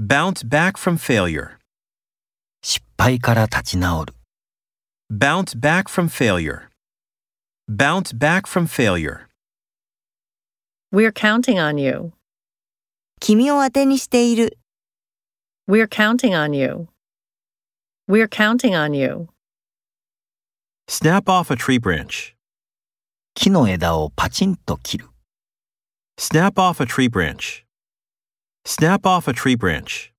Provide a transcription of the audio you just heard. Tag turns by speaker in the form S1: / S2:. S1: Bounce back from failure.
S2: 失敗から立ち直る、
S1: Bounce back from failure. Bounce back from failure.
S3: We're counting on you.
S4: 君を当てにしている。
S3: We're counting on you. We're counting on you.
S1: Snap off a tree branch.
S2: 木の枝をパチンと切る。
S1: Snap off a tree branch. Snap off a tree branch.